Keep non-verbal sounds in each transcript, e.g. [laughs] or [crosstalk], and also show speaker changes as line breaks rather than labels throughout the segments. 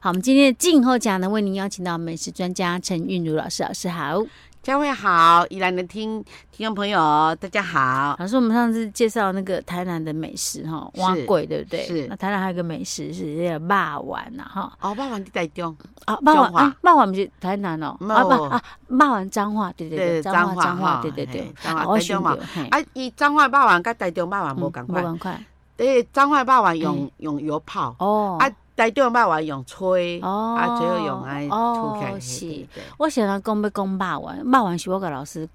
好，我们今天的静候奖呢，为您邀请到美食专家陈韵如老师，老师好。
佳慧好，宜兰的听听众朋友大家好，
老师，我们上次介绍那个台南的美食哈，
是
蛙粿对不对？
是
那台南还有一个美食是那个霸丸呐哈，
哦，爸爸你在中，
啊，霸
彰
丸
化
啊，霸丸不是台南哦，
没
啊
有
不啊，霸丸彰化，对对对，彰化彰化，
哈
对对对
嘿，彰
啊
化
我
台中嘛
想，到嘿
啊，伊彰化肉丸甲台中肉丸
嗯
无共
不
款，
赶快
诶，彰化肉丸用用油泡，
哦
啊，台中肉丸用吹，
哦
啊，最后用安
哦
吐起来嘿，
是
对对
我想要讲要讲霸丸，霸丸是我给老师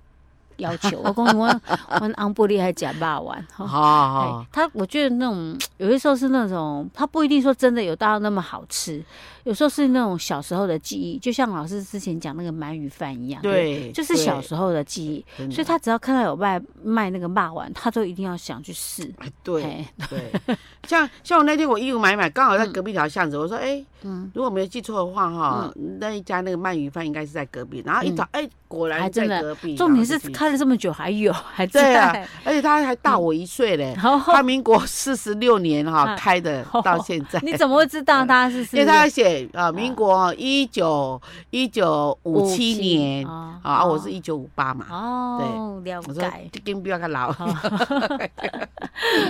要求，我讲我我昂布利还讲霸丸哈。
好好
哎，它我觉得那种有些时候是那种，它不一定说真的有到那么好吃，有时候是那种小时候的记忆，就像老师之前讲那个鳗鱼饭一样，，
对，嗯
就是小时候的记忆。
候
所以他只要看到有卖卖那个霸丸，他都一定要想去试。
对
哎
对， [laughs] 像像我那天我义乌买一买，刚好在隔壁条巷子，我说哎，
嗯，
如果没有记错的话哈，那一家那个鳗鱼饭应该是在隔壁，然后一找哎，果
还
然
嗯真的
在隔壁，
重点是
然后就去
开了这么久还有还
[laughs] 对啊
在，
而且他还大我一岁嘞。
然后
他
[laughs]
民国四十六年哈、
啊
开的，到现在，
[laughs] [laughs] 你怎么会知道嗯他
[laughs]
是？
因为他要写呃民国一九一九五七年啊
啊
啊，我是一九五八嘛，
哦，了
我说
解。哦
这跟不要看老，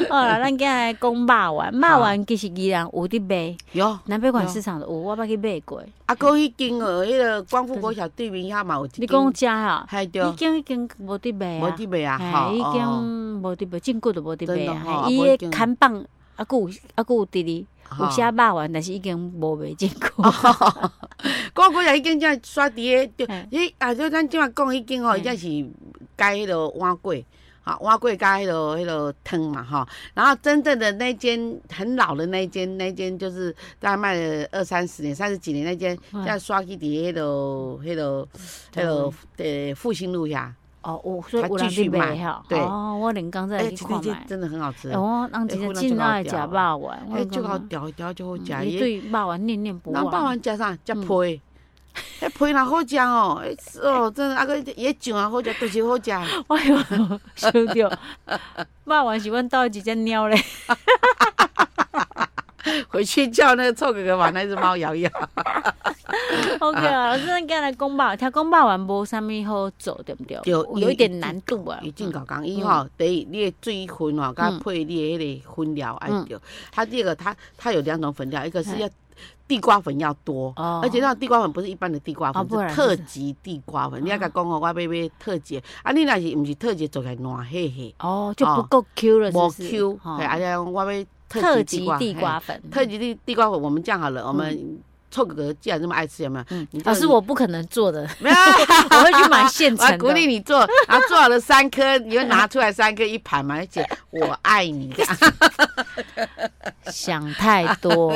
好啦，咱今天来讲肉丸，肉丸其实依然有伫卖，
[laughs] 哟，
南北馆市场的有，我捌去买过。
啊，哥迄间呃，迄个光复国小对面遐嘛有一间，
你讲遮啊，
嗨对，
已经已经无伫卖
无
啊，
地卖啊，
哎，已
哦
经无伫卖，真久都无伫
真
卖
的
啊
吼。
哎
啊
伊
无已
的
经
看板啊，佫有啊，佫有伫哩，有写
哦
肉丸，但是已经无卖真久。 [laughs]
光复国小迄间正刷伫诶，对
嘿，
伊啊，就咱即马讲迄间吼，
嘿
伊正是改迄落碗粿。啊，碗粿加迄落迄落汤嘛吼，然后真正的那间很老的那间，那间就是大概卖了二三十年、三十几年那间，
嗯
现在刷去伫迄落迄落迄落呃复兴路下，
哦，有所以
他
有人
继续
伫卖
卖
哈。
对
哦，我连刚才
哎，
去
这
看
间
卖。
真的很好吃
哎，，我人真正真爱食肉丸，我
哎，就搞
讲
调一调就好食，
伊对啊嗯肉丸念念不
然后
忘。
霸王加啥？加皮，迄皮若好食哦，哎是哦，真的啊个野酱啊好食，都是好
[laughs]
食。
哎呦，想到 [laughs] 肉丸是阮兜一只猫咧，
回去叫那个臭哥哥把那只猫摇 [laughs] 一摇。
[laughs] OK 啊，老师，咱今天来讲吧，听讲肉丸无啥物好做，对不对？
对
有一点难度啊。
伊真够讲，伊吼，第一，你的水分哦，甲配你的迄个粉料爱
嗯
对。它第二个，它它有两种粉料，一个是要地瓜粉要多。
哦
而且那种地瓜粉不是一般的地瓜
哦
粉，
不然
是特级地瓜粉。你要甲讲哦，我要买特级，啊，你若是毋是特级做起来软黑黑，
哦，就不够 Q 了，是
无
不是
Q，
哦
嘿，而且我要
特
特级
级
地瓜。
地
嘿
瓜嗯粉，
特级地地瓜粉，我们这样好了，我们臭哥哥既然这么爱吃，有没有？
嗯
你，就
老师我不可能做
[laughs]
的，
没有，
[laughs] 我会去买现
我还
成
鼓励
的。[laughs]
你做，然后做好了三颗，你就拿出来三颗一盘
[laughs]
嘛，姐，我爱你。
想太
[laughs]
多，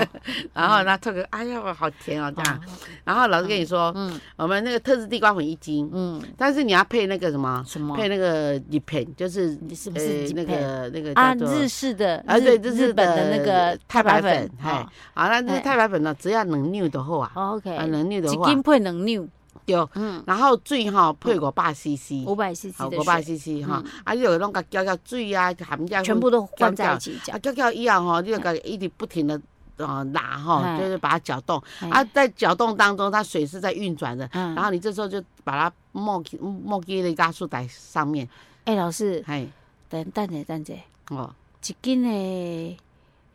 啊
然后呢，臭哥，哎呀，我好甜哦，这样。
哦
然后老师跟你说，
嗯
我们那个特制地瓜粉一斤，
嗯，
但是你要配那个什么，
什么
配那个日片，就是
你是不
呃
是
那个那个
啊？
叫做。
日式的
啊，对，这是
日本的那个
太白粉
粉，，哦
嘿，
哈
好，那那
嘿
太白粉呢，只要能扭的好啊，
哦，OK，
啊，能扭的
一
话
斤，配两两，
对，
嗯，
然后水吼配五百 CC，
五百 CC
好
的
五百
水，嗯
CC 哈，啊你就拢甲搅搅水啊，含加
全部都混在一起
啊
讲。
搅搅以后吼，你就甲一直不停的。呃，拉哈，
哎
就是把它搅动
哎
啊，在搅动当中，它水是在运转的，
嗯
然后你这时候就把它没起没给的压缩在上面，
哎、老师，
嘿，
等等者等者，
哦，
一斤的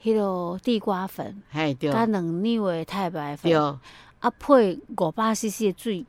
迄落地瓜粉，
嘿对
加两两的太白
对，
粉，啊配五百 CC 的水，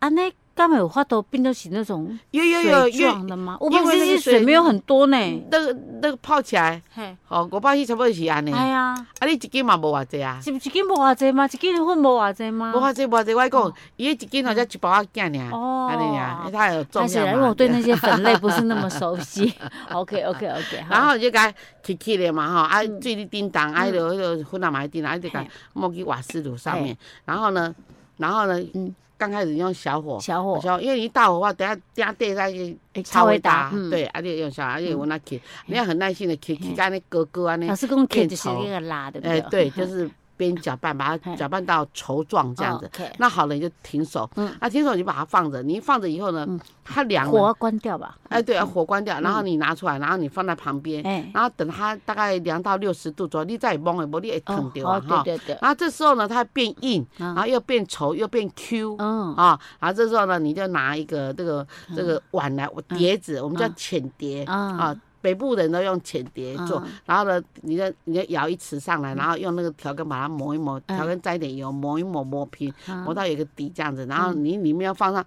安尼敢会有法度变到是那种
有有有
水
有，
状的吗？五
哎因为
百
那个
CC
水嗯
水没有很多呢。
那个那个泡起来，
嘿，
哦，五百四差不多是安尼，
哎
啊
呀，
你一斤嘛无偌济啊，
是啊不是一斤无偌济吗？一斤的粉无偌济吗？
无法济无法济，我讲伊迄一斤好像一包啊囝尔，
哦
安尼尔，它有重
但是
量嘛。
因为我对那些粉类不是那么熟悉。OK [laughs] OK OK，
然后就甲起起咧嘛吼，啊，水滴叮当，啊，迄落迄落粉啊嘛叮当，啊，就甲
嗯嘿
摸去瓦斯炉上面。然后呢，然后呢
嗯，
刚开始用小火，
小火
小火，因为你大火的话，等下等下对它就
会
稍
超
微
会打
打，，
嗯，
对，啊，你用小火，啊，你用啊那起，你要很耐心的起起，安尼勾勾安尼
老。师跟我
变
就是
稠
那个辣，对不
哎
对？，
对，就是边搅拌，把它
嘿
搅拌到稠状这样子。
哦 OK，
那好了，你就停手。
嗯
啊，停手你就把它放着，你一放着以后呢，
嗯
它凉
火嗯
了。
要关掉吧。
哎，对，火关掉，然后你拿出来，然后你放在旁边，
哎，
然后等它大概凉到六十度左右，你再摸一摸，你也烫掉啊
哦，
哈
哦。对对对，
然后这时候呢，它变硬，
嗯
然后又变稠，又变 Q
嗯，
啊。然后这时候呢，你就拿一个这个这个碗来，碟子，我们叫浅碟
啊
啊，北部人都用浅碟做。
嗯
然后呢，你就你就舀一匙上来，然后用那个调羹把它磨一磨，
嗯
调羹沾一点油，磨一磨，磨平，
嗯
磨到有一个底这样子。然后你里面要放上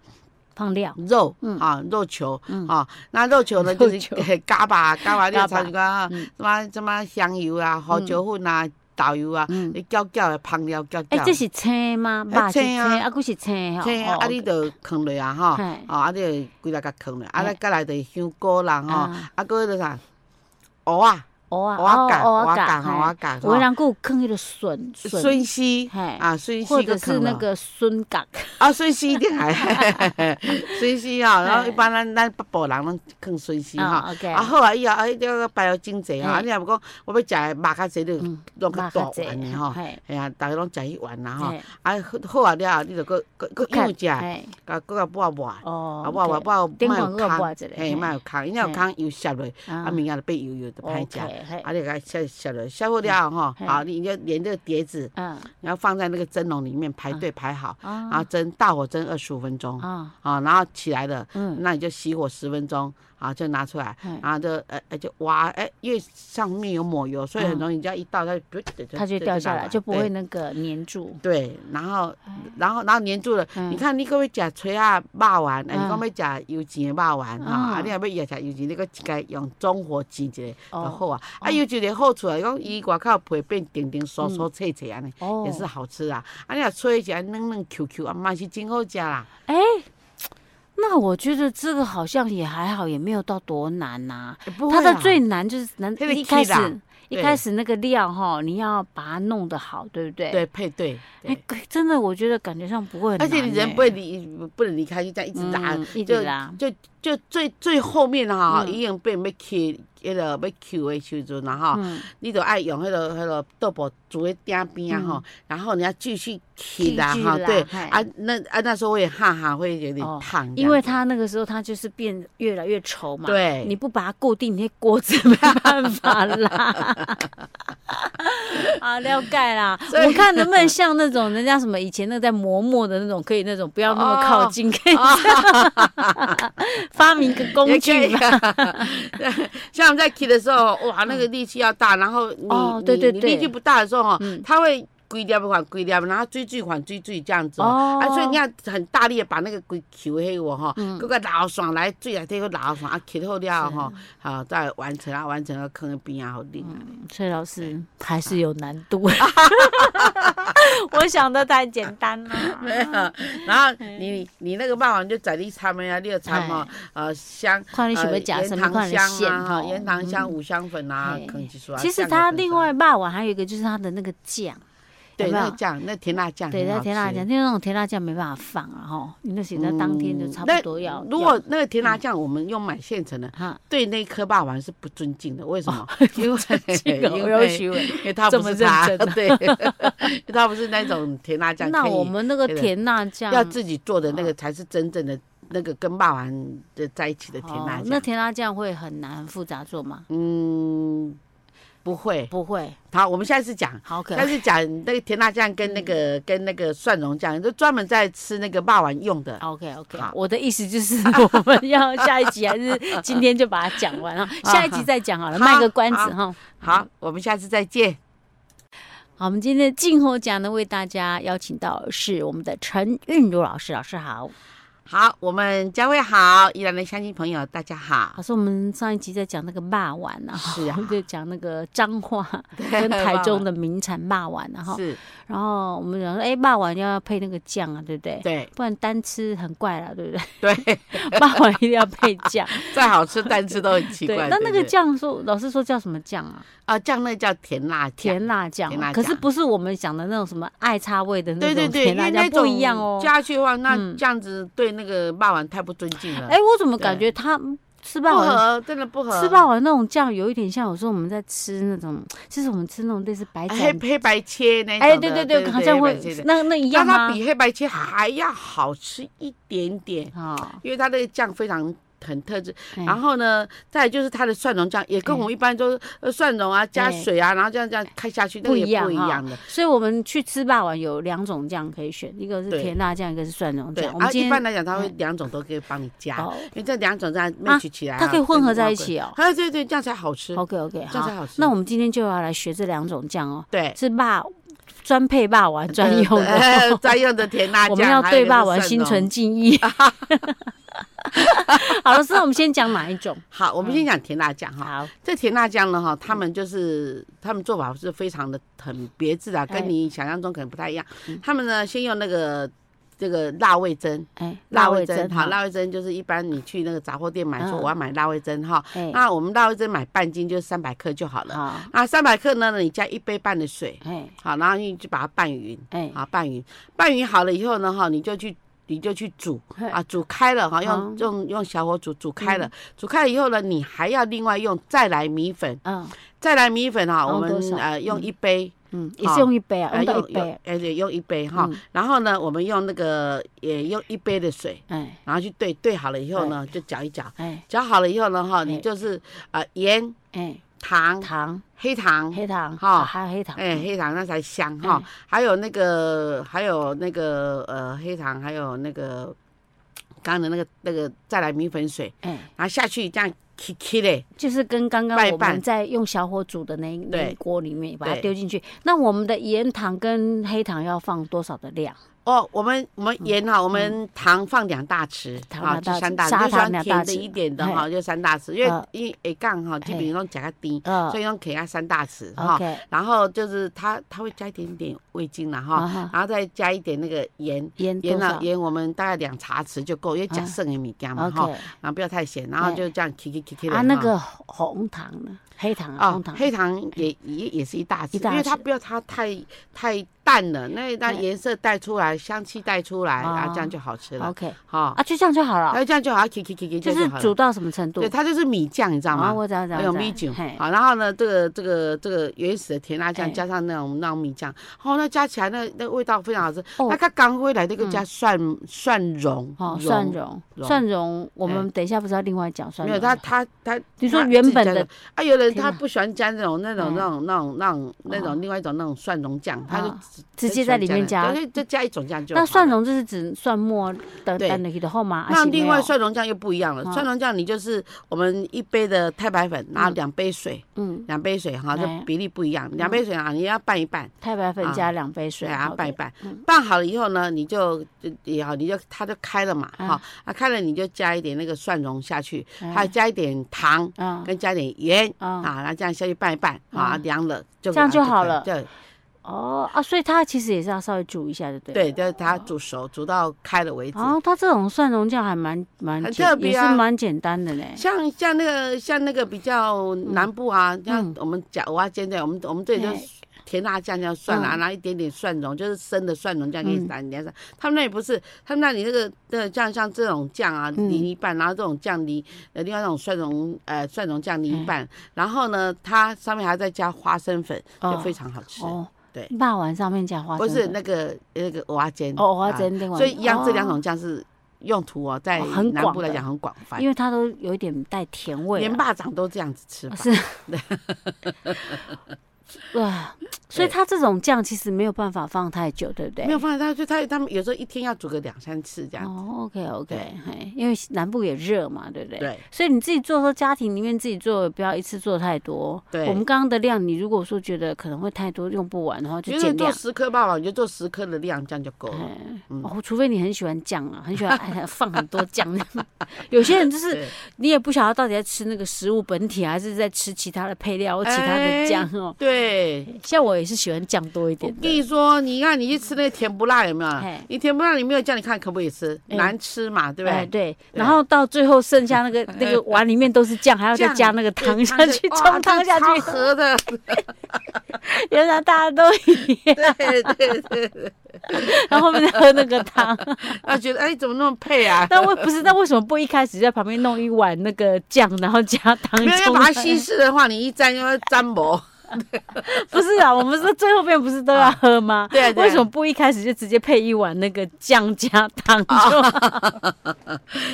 放料，
肉
嗯
啊，肉球
嗯
啊，那肉球呢
[laughs] 肉
就是
球 [laughs]
嘎巴嘎巴，你
嘎巴
参加
嗯
什么什么香油啊、蚝酒粉啊、豆油啊，
嗯，
你搅搅的，烹料搅
哎，
搅
这。是青的吗？肉
啊哎
是
青
青，
啊
啊，佫是青的哦，
嘿，
哦
啊，你就放落啊，吼，
嘿
哦，啊，你就规来甲放落，啊，
嘿
咱再来就是香菇啦，吼，
啊
啊，搁迄个啥，蚵啊，
蚵啊，
蚵啊干，
哦
蚵啊
蚵
干，
嘿
蚵啊干，
有的
吼，
人佫有坑迄个笋
笋丝，
嘿
啊，笋丝
或
搁
者是
放
那
落，
个笋角，
啊，笋丝一定还，
[laughs]
笋丝啊，然后
嘿
一般咱咱北部人拢放笋丝吼。
啊，OK，
啊好啊，以后啊，迄个摆哦真济啊，
嘿
啊你若无讲我要食的肉较济，你就
嗯，
弄较大
这
碗的吼，
嘿，
哎啊，逐个拢食一碗啦吼。
嘿
啊好好啊了后，你就搁搁搁又食，甲
嘿
搁甲抹抹，啊
哦
抹抹抹
顶
莫
管
有
个
空，
挂一个，
嘿，莫有空，伊若有空又削落，啊
啊
物件就变油油就歹食。
食
啊，你甲削削落，削好了后吼，
嘿
好，你就连这个碟子，
嗯
然后放在那个蒸笼里面排队排好，然后
啊
蒸大火蒸二十五分钟，
啊
啊，然后起来了。
嗯
那你就熄火十分钟，啊，就拿出来
嘿，
然后就呃呃就挖，哎，因为上面有抹油，所以很容易，你只要一倒它就，
嗯它就掉下来，就不
对
会那个粘住。
对。然后，然后，然后粘住了。
嗯
你看，你可不可以吃炊啊肉丸？哎，你可不可以吃油煎的肉丸？啊，啊，
嗯
你若要也吃油煎，你搁自家用中火煎一个就
哦
好啊。啊，油煎的好处啊，伊讲伊外口皮变甜甜酥酥脆脆安尼，
哦
也是好吃啊。啊，你若炊起来嫩嫩 Q Q 啊，嘛是真好吃啦。
哎、那我觉得这个好像也还好，也没有到多难呐、
哎不会
它的
啦
最难就是难
那个
一开
气啦
始
对
一开始那个料哈，你要把它弄得好，对不对？
对配对。对
哎、真的，我觉得感觉上不会很难、
而
欸
且你人不会离，不能离开，就这样一直拉，
嗯一直
就
拉
就就最最后面哈、
嗯
已经被要起迄个要起的时阵啦哈，
嗯
你就爱用迄、个迄、个桌布煮在鼎边啊哈，然后你要继续起啦
嗯继续
哈，
拉
对
嘿
啊，那啊那时候我也哈哈会有点
哦
烫这样，
因为它那个时候它就是变越来越稠嘛，，
对 [laughs]
你不把它固定，那锅子 [laughs] 没办法啦。啊，了解啦
所以。
我看能不能像那种人家什么以前那个在磨墨的那种，可以那种不要那么靠
哦
近，可以发明个工具 [laughs] 吧。
吧。像我们在骑的
[laughs]
时候，哇，那个力气要大，然后你、
哦对对
你你
对
力气不大的时候哦，
嗯
它会。龟掉款龟掉，然后追追款追追这样子
哦嗯
啊，所以你要很大力的把那个龟球黑我哈，这个捞上来，水来这个捞上啊，起好了哈，好再完成啊，完成啊，坑边啊，好厉害。
所以老师还是有难度。我想的太简单
[laughs] 没
了。
有，
[laughs]
然后你你那个霸王就在你参面啊，你的参哦，呃香，
看你想要
呃
吃什么
盐
款
糖
的
香
馅
啊，
吼
盐糖香、五香粉啊
嗯嘿，
坑几啊。
其实
酱油
它
粉
另
啊
外霸王还有一个就是它的那个酱，
对，
有没有
那个酱，那甜辣酱很
对，
好吃，
那甜辣酱，那种甜辣酱没办法放啊，吼，你那写在当天就差不多要。
嗯那如果那个甜辣酱我们用买现成的，
哈，
对那颗霸王是不尊敬的，为什
哦 [laughs]
么？因为
这个哦
因
我要
为 [laughs]
学。
因为它不是它，
这么认真
[laughs] 对，因为它不是那种甜辣酱，
那
可以
我们那哦个
对的
甜辣酱
要自己做的那个才是真正的那个跟霸王的在一起的甜辣
哦那
酱。
甜辣酱会很难很复杂做吗？
嗯，不会。
不会，
好，我们下次讲。
好可
但
爱。
是讲那个甜辣酱跟那个、跟那个蒜蓉酱，就专门在吃那个霸王用的。
OK OK，
好
我的意思就是 [laughs] 我们要下一集还是今天就把它讲完啊，
[laughs]
下一集再讲好了，
好
卖个关子哈。
好，我们下次再见。
好，我们今天的静候奖呢，为大家邀请到的是我们的陈韵如老师，老师好。
好，我们佳慧好，宜兰的乡亲朋友大家好
老。师，我们上一集在讲那个骂碗啊，
是啊
就讲那个彰
[laughs]
化跟台中的名产骂碗啊，哈。
是，
然后我们讲说，哎，骂碗要配那个酱啊，对不对？
对
不然单吃很怪了，对不对？ [laughs]
对， [laughs]
骂碗一定要配酱，
再好吃单吃都 [laughs] 很奇
对
怪。。
那那
对
个
不对
酱说，老师说叫什么酱啊？
啊，酱那叫甜辣酱
甜。辣酱
甜辣
啊。
酱
可是不是我们讲的那种什么爱插味的那
对对
种
对，
甜
因
辣
为那
酱，
种
不一样哦。
加下去的话，那
嗯
这样子对那个霸王太不尊敬了。
哎，我怎么感觉
对
它吃
不
霸王
合，真的不合。
吃霸王那种酱，有一点像有时候我们在吃那种，其实我们吃那种类似白
哎黑
斩，
黑白切那一
哎，
种
对
的
对对，好像
黑白
会
切的
那那一
但
样啊
它
吗？
比黑白切还要好吃一点点，
啊，
因为它那个酱非常很特制。
哎
然后呢，再来就是它的蒜蓉酱，也跟我们一般都是呃蒜蓉啊加
对
水啊，然后这样这样开下去，那
不
个
一
也
样
不一
哈
样的。
所以我们去吃霸王有两种酱可以选，一个是
对
甜辣酱，一个是蒜蓉
对
酱。我们
啊，
今
一般
天嗯
来讲，它会两种都可以帮你加，
哦
因为这两种这样 match 起来啊，
它可以混合在一
对。
起哦。
啊，对对，这样才好吃。
OK OK，
这样才
好
好，吃
那我们今天就要来学这两种酱哦，
对，
是霸专配霸王专
呃
用的，
呃 [laughs] 专用的
[laughs]
甜辣酱，
我们要对霸王心
新
存敬
[laughs]
意。 [laughs] 好了，那我们先讲哪一种？
好，我们先讲甜辣酱哈。
嗯好，
这甜辣酱呢，哈，他们就是他们做法是非常的很别致啊，
哎
跟你想象中可能不太一样
嗯。
他们呢，先用那个这个辣味针，
哎，辣味针
好，辣味针就是一般你去那个杂货店买，说
嗯
我要买辣味针哈，
哎，
那我们辣味针买半斤就是三百克就好了。
好，
那三百克呢，你加一杯半的水，
哎
好，然后你就把它拌匀，
哎，
好，拌匀，拌匀好了以后呢，哈，你就去。你就去煮
嘿哦嗯
啊，煮开了哈，
好
用用用小火煮，煮开了，煮开了以后呢，你还要另外用再来米粉，
嗯
再来米粉哈，
哦
我
多
们
少
呃用一杯，
嗯，也是用一杯啊，
呃
用到
用
一杯，
呃对，用一杯哈
嗯。
然后呢，我们用那个也用一杯的水，
哎
然后去兑兑好了以后呢，就搅一搅，
哎
搅好了以后呢哈，
哎
你就是呃盐、
哎，
糖、
糖
黑糖，
黑糖嗯
好
啊还有黑糖，
哎，黑糖那才香哈。还有那个还有那个呃黑糖，还有那个刚刚的那个那个再来米粉水，
哎，
然后下去这样。起起嘞，
就是跟刚刚
拌一
我们
拌
在用小火煮的那一
对
那一锅里面把它
对
丢进去。那我们的盐糖跟黑糖要放多少的量？
哦，我们我们盐哈，我们糖放两大匙，
嗯糖
啊，
两大
就
匙
三大
砂
匙，就喜
糖
欢
两
甜
大
的
匙
一点的
嘿
哈，就三大匙，因为
呃
因为杠哈，基本上都加个低，
呃
所以用给它三大匙哈。
嗯，OK，
然后就是它它会加一点点味精了
啊
哈，
哈，
然后再加一点那个盐，
盐
盐
嗯多
呢
少
盐我们大概两茶匙就够，因为加
啊
剩的米干啊嘛哈，
？OK，哎
然后不要太咸，然后就这样 k k k k
啊，那个红糖呢？黑糖啊，
哦
红，糖，
黑糖也也也是一大
一
匙，
大
因为它
匙
不要它太太淡了，那那
哎
颜色带出来，香气带出来，
啊
啊，这样就好吃了。
OK，
好，
啊，就这样就好了，
那这样就好，切切切切
就是
好了
煮。到什么程度
对，？它就是米酱，你知道
啊，
吗？
我知道，知道，
还有
知道
米酒，啊
嘿
好，然后呢，这个这个这个原始的甜辣
哎
酱加上那种那种米酱，哦，那加起来那那味道非常好吃。
哦嗯
那它刚回来那个加蒜蒜蓉
哦，，蒜蓉，
蓉哎
蒜蓉，我们等一下不是要另外讲蒜
没
蓉
有
吗？
它它它，
你说
它
原
自己
本
加
的
的啊，有人
天
他
哪
不喜欢加那种那种
嗯
那种那种那种那
哦
种另外一种那种蒜蓉酱，他就
啊直接在里面加，
对，就加一种酱就好了。
那蒜蓉就是指蒜末等
对
等的去的后啊嘛？还
那
是
另
没
外
有，
蒜蓉酱又不一样了，
嗯
蒜蓉酱你就是我们一杯的太白粉，然后两杯水，
嗯，
两杯水哈，就
哎
比例不一样，两杯水啊，你要拌一拌，
太白粉
啊
加两杯水，
水啊
好
拌一
的
拌
嗯，
拌好了以后呢，你就就也好，你就它就开了嘛，
嗯
哈，啊开了你就加一点那个蒜蓉下去，
哎
还有加一点糖，
啊
跟加点盐。
啊
啊，然后这样下去拌一拌，啊，
嗯
凉了就
这样就好了
对
哦啊，所以它其实也是要稍微煮一下就对哦了。
对，就是它煮熟，煮到开了为止。
哦，它这种蒜蓉酱还蛮蛮
很
简
特别
也
啊
是蛮简单的嘞。
像像那个像那个比较南部啊，像
嗯
我们讲蚵仔煎的，我们我们这里就
哎
甜辣酱这样蒜啊，然后一点点蒜蓉，就是生的蒜蓉酱给你
嗯
撒，你撒。他们那里不是，他们那里那个那个酱像这种酱啊，
嗯
淋一半，然后这种酱淋呃另外那种蒜蓉呃蒜蓉酱淋
哎
一半，然后呢，它上面还再加花生粉，就
哦
非常好吃。
哦，
对
霸王上面加花生
不
粉，
是那个那个蚵仔煎
哦，花
啊
生另外，
所以一样这两
哦
种酱是用途哦，在
哦很
南
广
部来
的
讲很广泛
因，为它都有一点带甜味啊
连
啦，
霸掌都这样子吃吧。
是，
[laughs]
哇，所以它这种酱其实没有办法放太久，对不对？
没有放在他，就他他们有时候一天要煮个两三次这样。
哦，OK OK，
对
嘿，因为南部也热嘛，对不对？。
对
所以你自己做，说家庭里面自己做，不要一次做太多。
对
我们刚刚的量，你如果说觉得可能会太多，用不完，然后就
觉得
减
做
量。
十颗霸王，你就做十颗的量，这样就够了。
哎
嗯
哦，除非你很喜欢酱啊，很喜
[laughs]
欢哎放很多酱。有些人就是
对
你也不晓得到底在吃那个食物本体，还是在吃其他的配料或其他的
哎
酱哦。
对，
像我也是喜欢酱多一
我
点
跟
的。
你说，你看你去吃那个甜不辣有没有
嘿？
你甜不辣你没有叫你看可不可以吃，
哎
难吃嘛，对不
哎
对？
对，
对
然后到最后剩下
[laughs]
那个那个碗里面都是酱，还要再
酱
加那个汤
对
下
哦是
去，
[laughs] 哇
冲汤
这
下
超
去。 [laughs]
合的，
原来大家都
对对对。
然后后面再喝那个汤。 [laughs]
啊，觉得哎怎么那么配啊？
但为不是，那为什么不一开始在旁边弄一碗那个酱，然后加汤
没有要
冲
把它
来
稀释的话，你一沾就会沾膜。
不是啊，我们说最后面不是都要喝吗？
对啊对啊
为什么不一开始就直接配一碗那个酱加汤就好？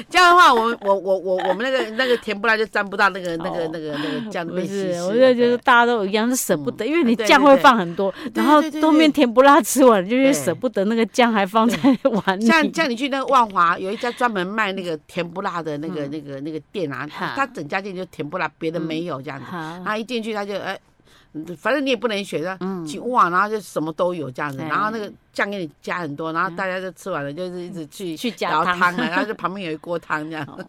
这样的话，我们我我我我们那个那个甜不辣就沾不到那个那个
哦
那个那个酱
不
被稀
是
释，了。
我就觉
对
得大家都一样，是舍不得，因为你
对
酱
对
会
对
放很多，
对
然后
对对
后面甜不辣吃完，就是
对
舍不得那个酱还放在碗里。 [laughs]
像像你去那个万华有一家专门卖那个甜不辣的那个、那个那个店啊，
嗯哈
他整家店就甜不辣，别的没有这样子。
好
他一进去他就哎、嗯反正你也不能选，嗯，几哇，然后就什么都有这样子，
哎
然后那个酱给你加很多，然后大家就吃完了，就是一直去
去嗯加
舀
汤
汤啊了，
[laughs]
然后就旁边有一锅汤这样
哦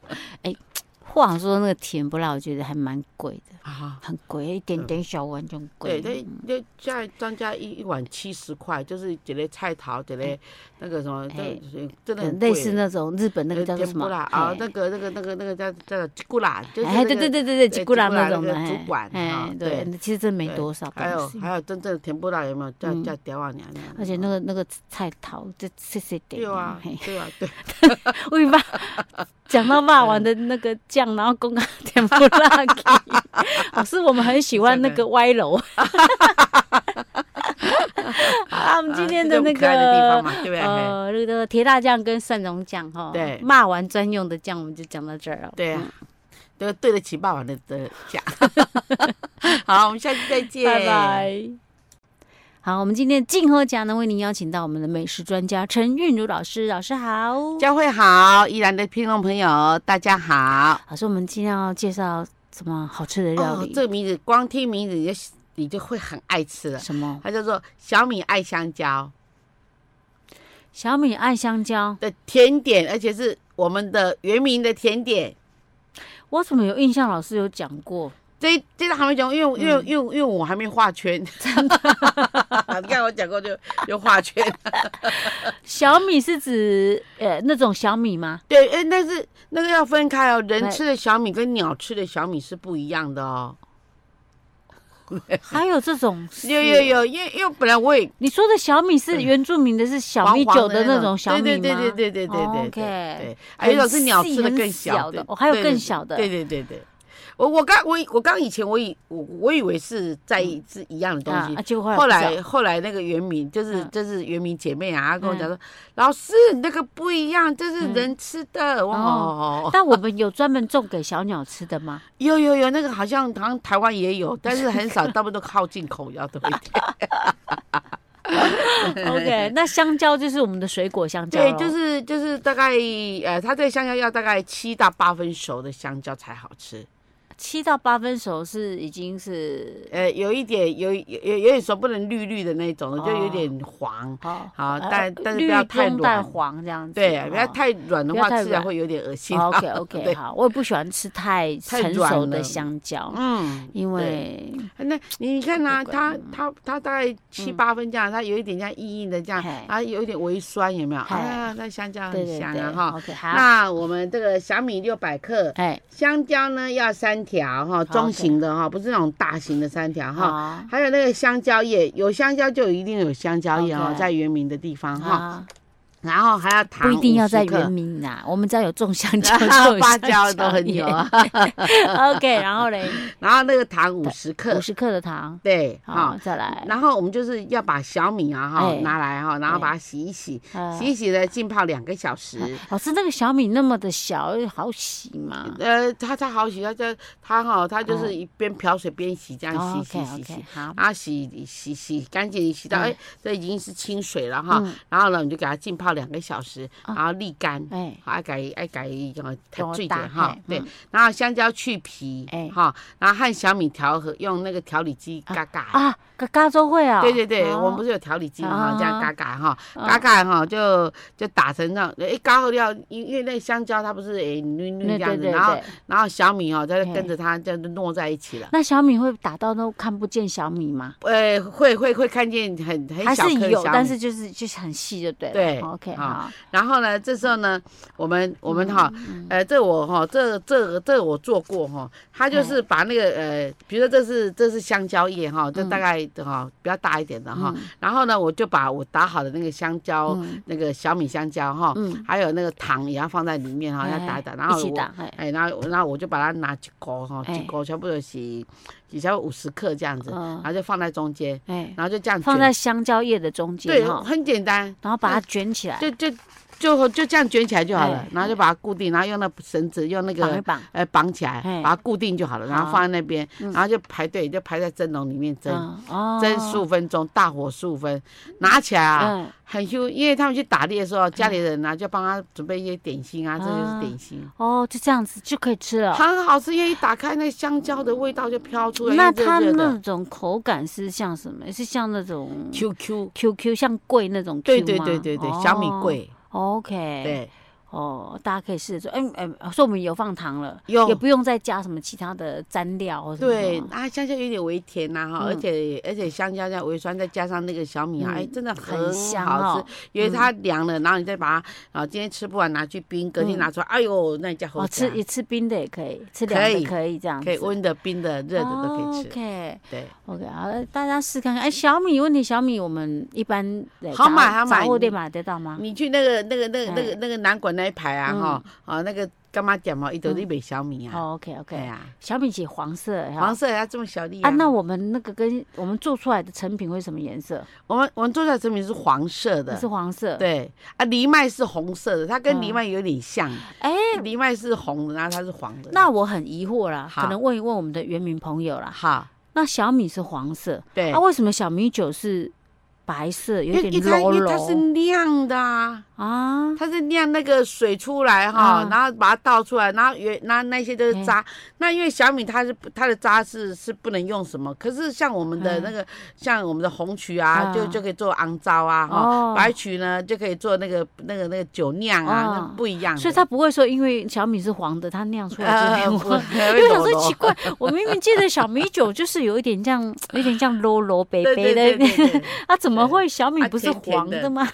话说那个甜不辣，我觉得还蛮贵的，
啊。
很贵，一点点小碗就很
对
贵。
对，就现在专家一一碗七十块，就是这类菜桃，这类那个什么，
哎
这真
对
的很
类
贵
似那种日本那个
呃
叫做
甜
什
不
么
辣啊
嘿，
那个那个那个那个叫叫吉古拉，就是
哎，
那
对
个
对对对对，
对
吉古拉
吉古拉
那种的，
那个
哎
主管啊
哎，对，
对
其实真没
对
多少
还有
东西，
还有真正的甜不辣有没有叫
嗯
叫屌啊娘娘？
而且那个那个菜头这细细点，
对啊
嘿，
对啊，对，
我 [laughs] 把讲到霸王的那个酱，然后公刚甜不辣给，老师我们很喜欢那个歪楼。好啦，我们今天的那
这种可爱的地方
个。
嘛，对不对？嘿
呃，那个铁大酱跟蒜蓉酱哈，
对
骂完专用的酱我们就讲到这儿了。
对啊，对对得起霸王的的价。 [laughs] 好，我们下期再见，
拜。拜。好，我们今天的静喝家呢，为您邀请到我们的美食专家陈韵如老师，老师好。
佳慧好，依然的听众朋友大家好。
老师，我们今天要介绍什么好吃的料
哦
理？，
这个名字光听名字你就你就会很爱吃了，
什么？
它叫做小米爱香蕉。
小米爱香蕉，
的甜点，而且是我们的原名的甜点。
我怎么有印象？老师有讲过，
这这个还没讲，因为因
嗯
为因为因为我还没
[laughs]
画圈，真的。你看我讲过就就画圈，
小米是指呃那种小米
[laughs]
吗？
[laughs] 对，哎，但是那个要分开哦，人
对
吃的小米跟鸟吃的小米是不一样的哦。
还有这种是
有有有，因为因为本来我也
你说的小米是
对
原住民的，是小米
黄
酒
黄
的那种小米吗？哦
对对对对对对对对对
OK
对，还有一种是鸟吃的
很
更
细很小
的
的，哦还有
对
更
对
小的
对对对对。我我刚我以我刚以前我以我我以为是在
嗯
一是一样的东西
啊，啊，结果
后
不是
来后来那个袁明就是、
嗯
就是袁明姐妹啊，她跟我讲说，老师那个不一样，这是人吃的。我哦
嗯哦
哦，
但我们有专门种给小鸟吃的吗？
有有有，那个好像好像台湾也有，但是很少，大部分都靠进口要多一点。
[laughs]
[laughs]
OK，那香蕉就是我们的水果香蕉
对
咯，，
就是就是大概呃，它这个香蕉要大概七到八分熟的香蕉才好吃。
七到八分熟是已经是
呃，有一点有有有有点熟，不能绿绿的那种的，就有
哦
点黄。
好
好，但但
呃
是
绿
不要太
中带
软。
黄这样子，
对，不要
哦
太软的
不要
话，
太
吃起来
软
会有点恶心。啊
哦 OK
[laughs]
OK，
对
好，我也不喜欢吃太
太
成
软
熟的
了
香蕉， [laughs]
嗯，
因为
那 [laughs] 你看啊，
不
它
管嗯
它它大概七八分这样，它有一点像硬硬的这样
嘿，
它有一点微酸，有没有？
嘿
啊，那香蕉
对
很
对
香
对
啊哈。
，OK 好，
那我们这个小米六百克，
哎，
香蕉呢要三条哈，中型的哈，不是那种大型的三条哈。
好
还有那个香蕉叶，有香蕉就一定有香蕉叶哦，
OK
在原名的地方哈。
啊，
然后还要糖
不一定要在
50克
原名呐，我们只要有种香
[laughs]
蕉
然后
就有
芭
香
蕉都很
叶
有啊。
[laughs]
[laughs]
OK，然后嘞，
然后那个糖五十克
五，十克的糖，
对哈
好，。再来，
然后我们就是要把小米啊哈
哎
拿来哈，然后
哎
把它洗一洗，
呃
洗一洗呢浸泡两个小时。
老师那个小米那么的小，好洗吗？
呃，它它好洗，它就它哈，它就是一边漂水边洗，这样洗洗
嗯哦 OK
洗洗
OK，，好，
然后洗洗洗干净，洗到
嗯
哎这已经是清水了哈
嗯。
然后呢，你就给它浸泡两个小时，
啊
然后沥干。
哎，
好，爱改爱改，呃，它
多
最
大
点哈
嘿，
对
嗯，
然后香蕉去皮
哎，
哈，然后和小米调和，用那个调理机
啊
嘎嘎，
啊，嘎嘎州会啊，
对对对，
好
我们不是有调理机嘛，
啊
这样嘎嘎哈，
嗯
嘎嘎哈，就就打成那种，一嘎后料，因因为那香蕉它不是诶捋捋
对
这样
对
子，
对
然后
对，
然后小米哦，它就
嘿
跟着它这样就糯在一起了。
那小米会打到都看不见小米吗？
呃，会会会看见很很
还
小
是
颗的
有，
小
但
米
是就是就是很细就对了。
对啊
哦，OK，
好
好，
然后呢，这时候呢，我们我
嗯
们哈，呃，这我哈，这这这我做过哈，他就是把那个呃，比如说这是这是香蕉叶
嗯
哈，这大概的哈比较大一点的哈，然后呢，我就把我打好的那个香蕉，
嗯
那个小米香蕉哈，
嗯，
还有那个糖也要放在里面哈，要打一打，然
一
后
起
我
打，哎，
哎，然后然后我就把它拿几勾哈，几
哎
勾差不多是几差五十克这样子，
嗯
然后就放在中间，
哎，
然后就这样
放
嗯卷
在香蕉叶的中间
对，
哈，
很简单。
然后把它卷起来，
就就就就这样卷起来就好了
哎，
然后就把它固定，然后用那绳子用那
绑一
个
绑，
呃绑起来
哎，
把它固定就好了，然后放在那边，然后就排队，就排在蒸笼里面蒸，
嗯哦
蒸十五分钟，大火十五分，拿起来啊。
嗯，
很凶，因为他们去打猎的时候，家里人呢、啊就帮他准备一些点心啊，这就是
啊
点心，
哦，就这样子就可以吃了。
很好吃。因为一打开，那香蕉的味道就飘出来，
那
又
它
热热
那
的
种口感是像什么？是像那种
QQ，
QQ 像桂那种 Q
对对
吗
对对对，小米。桂，
哦 OK，，
对，
哦，大家可以试着做。嗯嗯，所以我们有放糖了，
有
也不用再加什么其他的蘸料或什么。
对，啊，香蕉有点微甜呐、哈、而
嗯
且而且香蕉加微酸，再加上那个小米啊，哎、
嗯
真的
很
很
香
好吃。
哦
因为它凉了，然后你再把它啊，今天吃不完拿去冰，隔
嗯
天拿出来，哎呦，那你家好
哦，
吃
吃
啊，
一次冰的也可以，吃凉
可以
的可以这样子，
可以温的、冰的、热的都可以吃。
哦 OK
对，
OK，好，大家试看看。哎，小米问题，小米我们一般呃
好
杂
买好买
杂货店买得到吗？
你去那个那个那个那个
哎嗯
那个南馆那一排啊，哈、啊那个干哦嘛讲嘛，一头一杯小米啊，
哦，OK
对
OK，
啊，
小米写黄色，哈
黄色还这么小粒
啊，那我们那个跟我们做出来的成品会什么颜色？
我们我们做出来成品是黄色的
是。黄色。，
对啊，藜麦是红色的，它跟藜
嗯
麦有点像，
哎，
藜麦是红的，然后它是黄的。
那我很疑惑啦，
好
可能问一问我们的原民朋友啦。
好，
那小米是黄色，
对，
啊，为什么小米酒是白色，有
因为
点
因为它因
柔
为它是
柔
晾的啊，
啊？
它是晾那个水出来哈、
嗯
然后把它倒出来，然后原那那些都是渣。那因为小米它是不它的渣是是不能用什么，可是像我们的
嗯
那个、像我们的红曲啊，
嗯
就就可以做昂糟啊哈、
哦
白曲呢就可以做那个那个那个酒酿啊，
哦
那不一样的。
所以它不会说，因为小米是黄的，它酿出来
呃
就变
不 [laughs]
黄。
因
因为我说奇怪，我明明记得小米酒就是有一点这样，有点像柔柔白
对
白
对对
的， [laughs]
对对，
啊，怎么会小米
啊
不是
甜甜
黄
的
的
[laughs]
吗？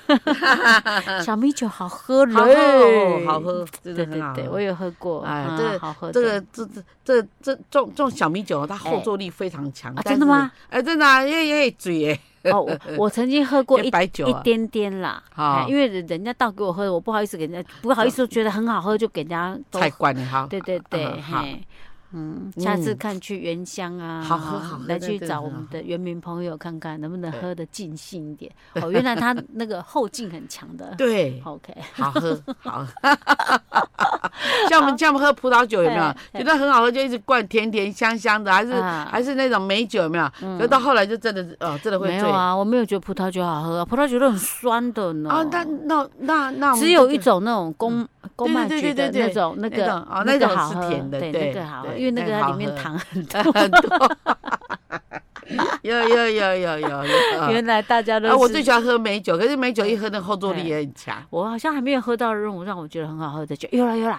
小米酒好喝嘞，
好喝哦，好。喝，真的
对
很好
对
喝。
对，我也喝过，
哎
啊
这个
好喝的。
这个这这这这这种这种小米酒，它后坐力非常强。
哎啊
但
真的吗
是？哎，真的啊，因为因为嘴耶，
哦，
[laughs]
我我曾经喝过
因
一
为白酒
一
啊，
点点啦，
啊
哎因为人人家倒给我喝的，我不好意思给人家，不好意思觉得很好喝就给人家都
菜馆的哈。
对对对，
嗯好嗯
嘿，嗯，下次看去原乡啊，
好喝好喝
来
对
去
对
找
对
我们
好
的原民朋友看看能不能
对
喝的尽兴一点。哦，原来他那个后劲很强的。
对，
OK，
好喝， [laughs] 好。像我们像我们喝葡萄酒有没有
对
觉得很好喝，就一直灌甜甜香香的，还是
啊
还是那种美酒有没有？可是到后来就真的是哦，真的会
嗯没
醉
有啊，我没有觉得葡萄酒好喝啊，葡萄酒都很酸的呢。
啊。那那那那我们
只有
就
一种那种公公
对
卖
对
局
对
的
对
那
对
种那
那
个
种哦
那
那
个
种
好
是
喝
甜的
对
对
那个好喝，
对
因为那
那
个
个
它
好
里面
喝啊
糖很多。
很多。 [laughs] 有有有有有有。
[laughs]
啊
原来大家都
啊，我
是哎
最喜欢喝美酒，可是美酒一喝，那后坐力也很强。
我好像还没有喝到那种让我觉得很好喝的酒。有啦有啦，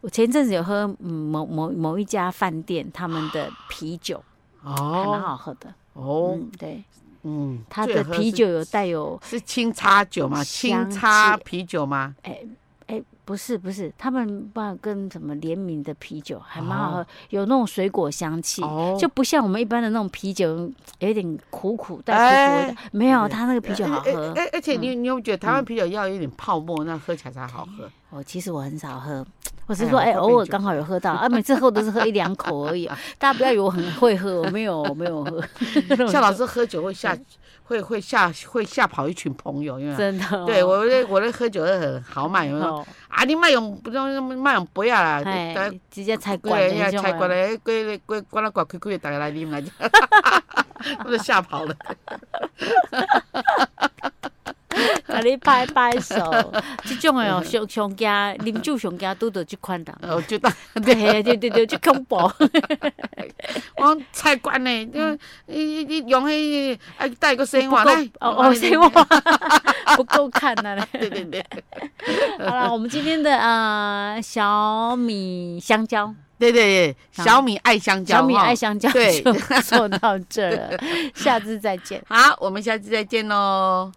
我前阵子有喝嗯某某某一家饭店他们的啤酒，还蛮
哦
好喝的。
哦，
嗯，对，
嗯，
它
最
的
喝
啤
是
酒有带有，
是清茶酒吗？
香
清茶
气
啤酒吗？
哎、不是不是，他们不知道跟什么联名的啤酒，还蛮好喝，有那种水果香气。
哦，
就不像我们一般的那种啤酒，有一点苦苦带苦苦的味道，没有，
哎对
它那个啤酒好
哎
喝。
哎，哎而且你你有没有觉得台湾啤酒要有点泡沫，那喝起来才好喝。
我哦其实我很少喝，我是
哎
说，哎、
我喝
偶尔
啤酒
刚好有喝
[laughs]
到，啊，每次喝都是喝一两口而已啊。大家不要以为我很会喝，我没有，我没有
[laughs]
喝，
夏老师喝酒会吓，会会吓会吓跑一群朋友，因为
真的哦、
对我那我那喝酒都很豪迈，有没有？
哦，
啊，你卖用不用卖用不要啦，大
哎，直接菜馆
贵
的
呀，
那
菜
种
馆
啊。
嘞，贵嘞贵，关了管亏亏，大家来啉来，我都吓跑了。
甲你拍拍手，
[laughs]
这种的哦，上上家，啉酒上家拄到这款
[laughs]
人，
我就当
对对对对，就恐怖。
啊我菜馆嘞，你你你用迄哎带个生
不
活
够
来，
哦哦，
[laughs]
生活不够看呐、啊。
对对对
好了，我们今天的呃小米香蕉，
对对对，小米爱香蕉，
小米爱香蕉 [laughs]
对 [laughs]
就做到这了，下次再见。
好，我们下次再见喽。